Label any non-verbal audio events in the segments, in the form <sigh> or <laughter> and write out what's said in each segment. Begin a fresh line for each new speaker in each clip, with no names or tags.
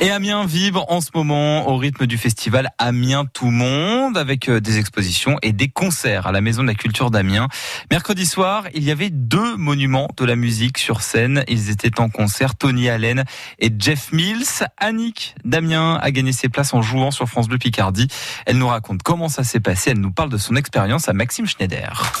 Et Amiens vibre en ce moment au rythme du festival Amiens Tout Monde avec euh, des expositions et des concerts à la Maison de la Culture d'Amiens. Mercredi soir, il y avait deux monuments de la musique sur scène. Ils étaient en concert, Tony Allen et Jeff Mills. Annick Damien a gagné ses places en jouant sur France Bleu Picardie. Elle nous raconte comment ça s'est passé. Elle nous parle de son expérience à Maxime Schneider.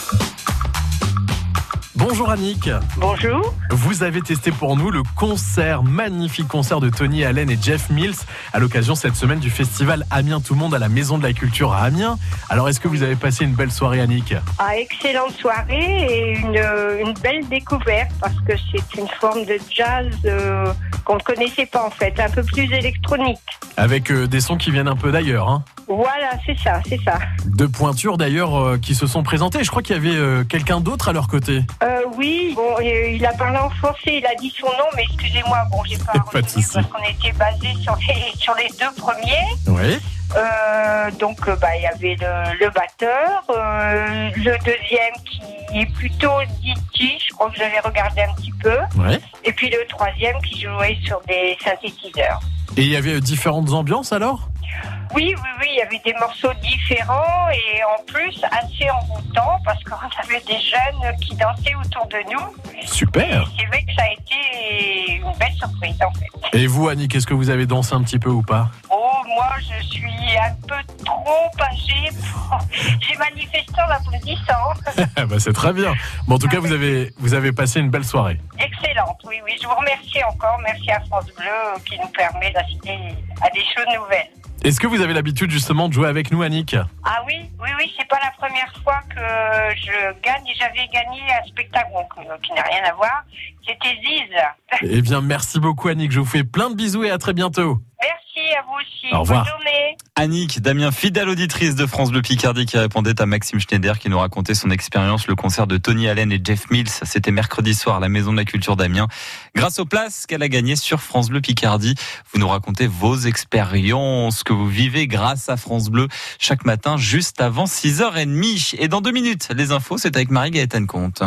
Bonjour Annick.
Bonjour.
Vous avez testé pour nous le concert, magnifique concert de Tony Allen et Jeff Mills à l'occasion cette semaine du festival Amiens Tout le Monde à la Maison de la Culture à Amiens. Alors est-ce que vous avez passé une belle soirée Annick
Ah, excellente soirée et une, euh, une belle découverte parce que c'est une forme de jazz euh, qu'on ne connaissait pas en fait, un peu plus électronique.
Avec euh, des sons qui viennent un peu d'ailleurs. Hein.
Voilà, c'est ça, c'est ça.
Deux pointures d'ailleurs euh, qui se sont présentées. Je crois qu'il y avait euh, quelqu'un d'autre à leur côté.
Euh, oui, bon, euh, il a parlé en français, il a dit son nom, mais excusez-moi, bon, j'ai
<laughs>
pas
Pas de
retenu
souci.
parce qu'on était basé sur les, <laughs> sur les deux premiers.
Oui.
Euh, donc, euh, bah, il y avait le, le batteur, euh, le deuxième qui est plutôt Diti, je crois que j'avais regardé un petit peu,
Ouais.
et puis le troisième qui jouait sur des synthétiseurs.
Et il y avait euh, différentes ambiances alors
Oui, oui, oui, il y avait des morceaux différents et en plus assez envoûtants parce qu'on <laughs> avait des jeunes qui dansaient autour de nous. Et
Super.
c'est vrai que ça a été une belle surprise en fait.
Et vous Annick, est-ce que vous avez dansé un petit peu ou pas
Oh, moi je suis un peu trop âgée pour <laughs> les manifestants l'applaudissant.
Ah <laughs> bah, C'est très bien. Bon, en tout cas, vous avez, vous avez passé une belle soirée.
Excellente, oui, oui, je vous remercie encore. Merci à France Bleu euh, qui nous permet d'assister à des choses nouvelles.
Est-ce que vous avez l'habitude justement de jouer avec nous Annick
Ah oui, oui, oui, c'est pas la première fois que je gagne. J'avais gagné un spectacle donc, euh, qui n'a rien à voir. C'était Ziz.
Eh bien, merci beaucoup Annick. Je vous fais plein de bisous et à très bientôt.
Merci à vous aussi.
Au revoir.
Bonne journée.
Annick, Damien, fidèle auditrice de France Bleu Picardie qui répondait à Maxime Schneider qui nous racontait son expérience, le concert de Tony Allen et Jeff Mills. C'était mercredi soir à la Maison de la Culture d'Amiens. Grâce aux places qu'elle a gagnées sur France Bleu Picardie, vous nous racontez vos expériences que vous vivez grâce à France Bleu chaque matin juste avant 6h30. Et dans deux minutes, les infos, c'est avec Marie-Gaëtan Comte.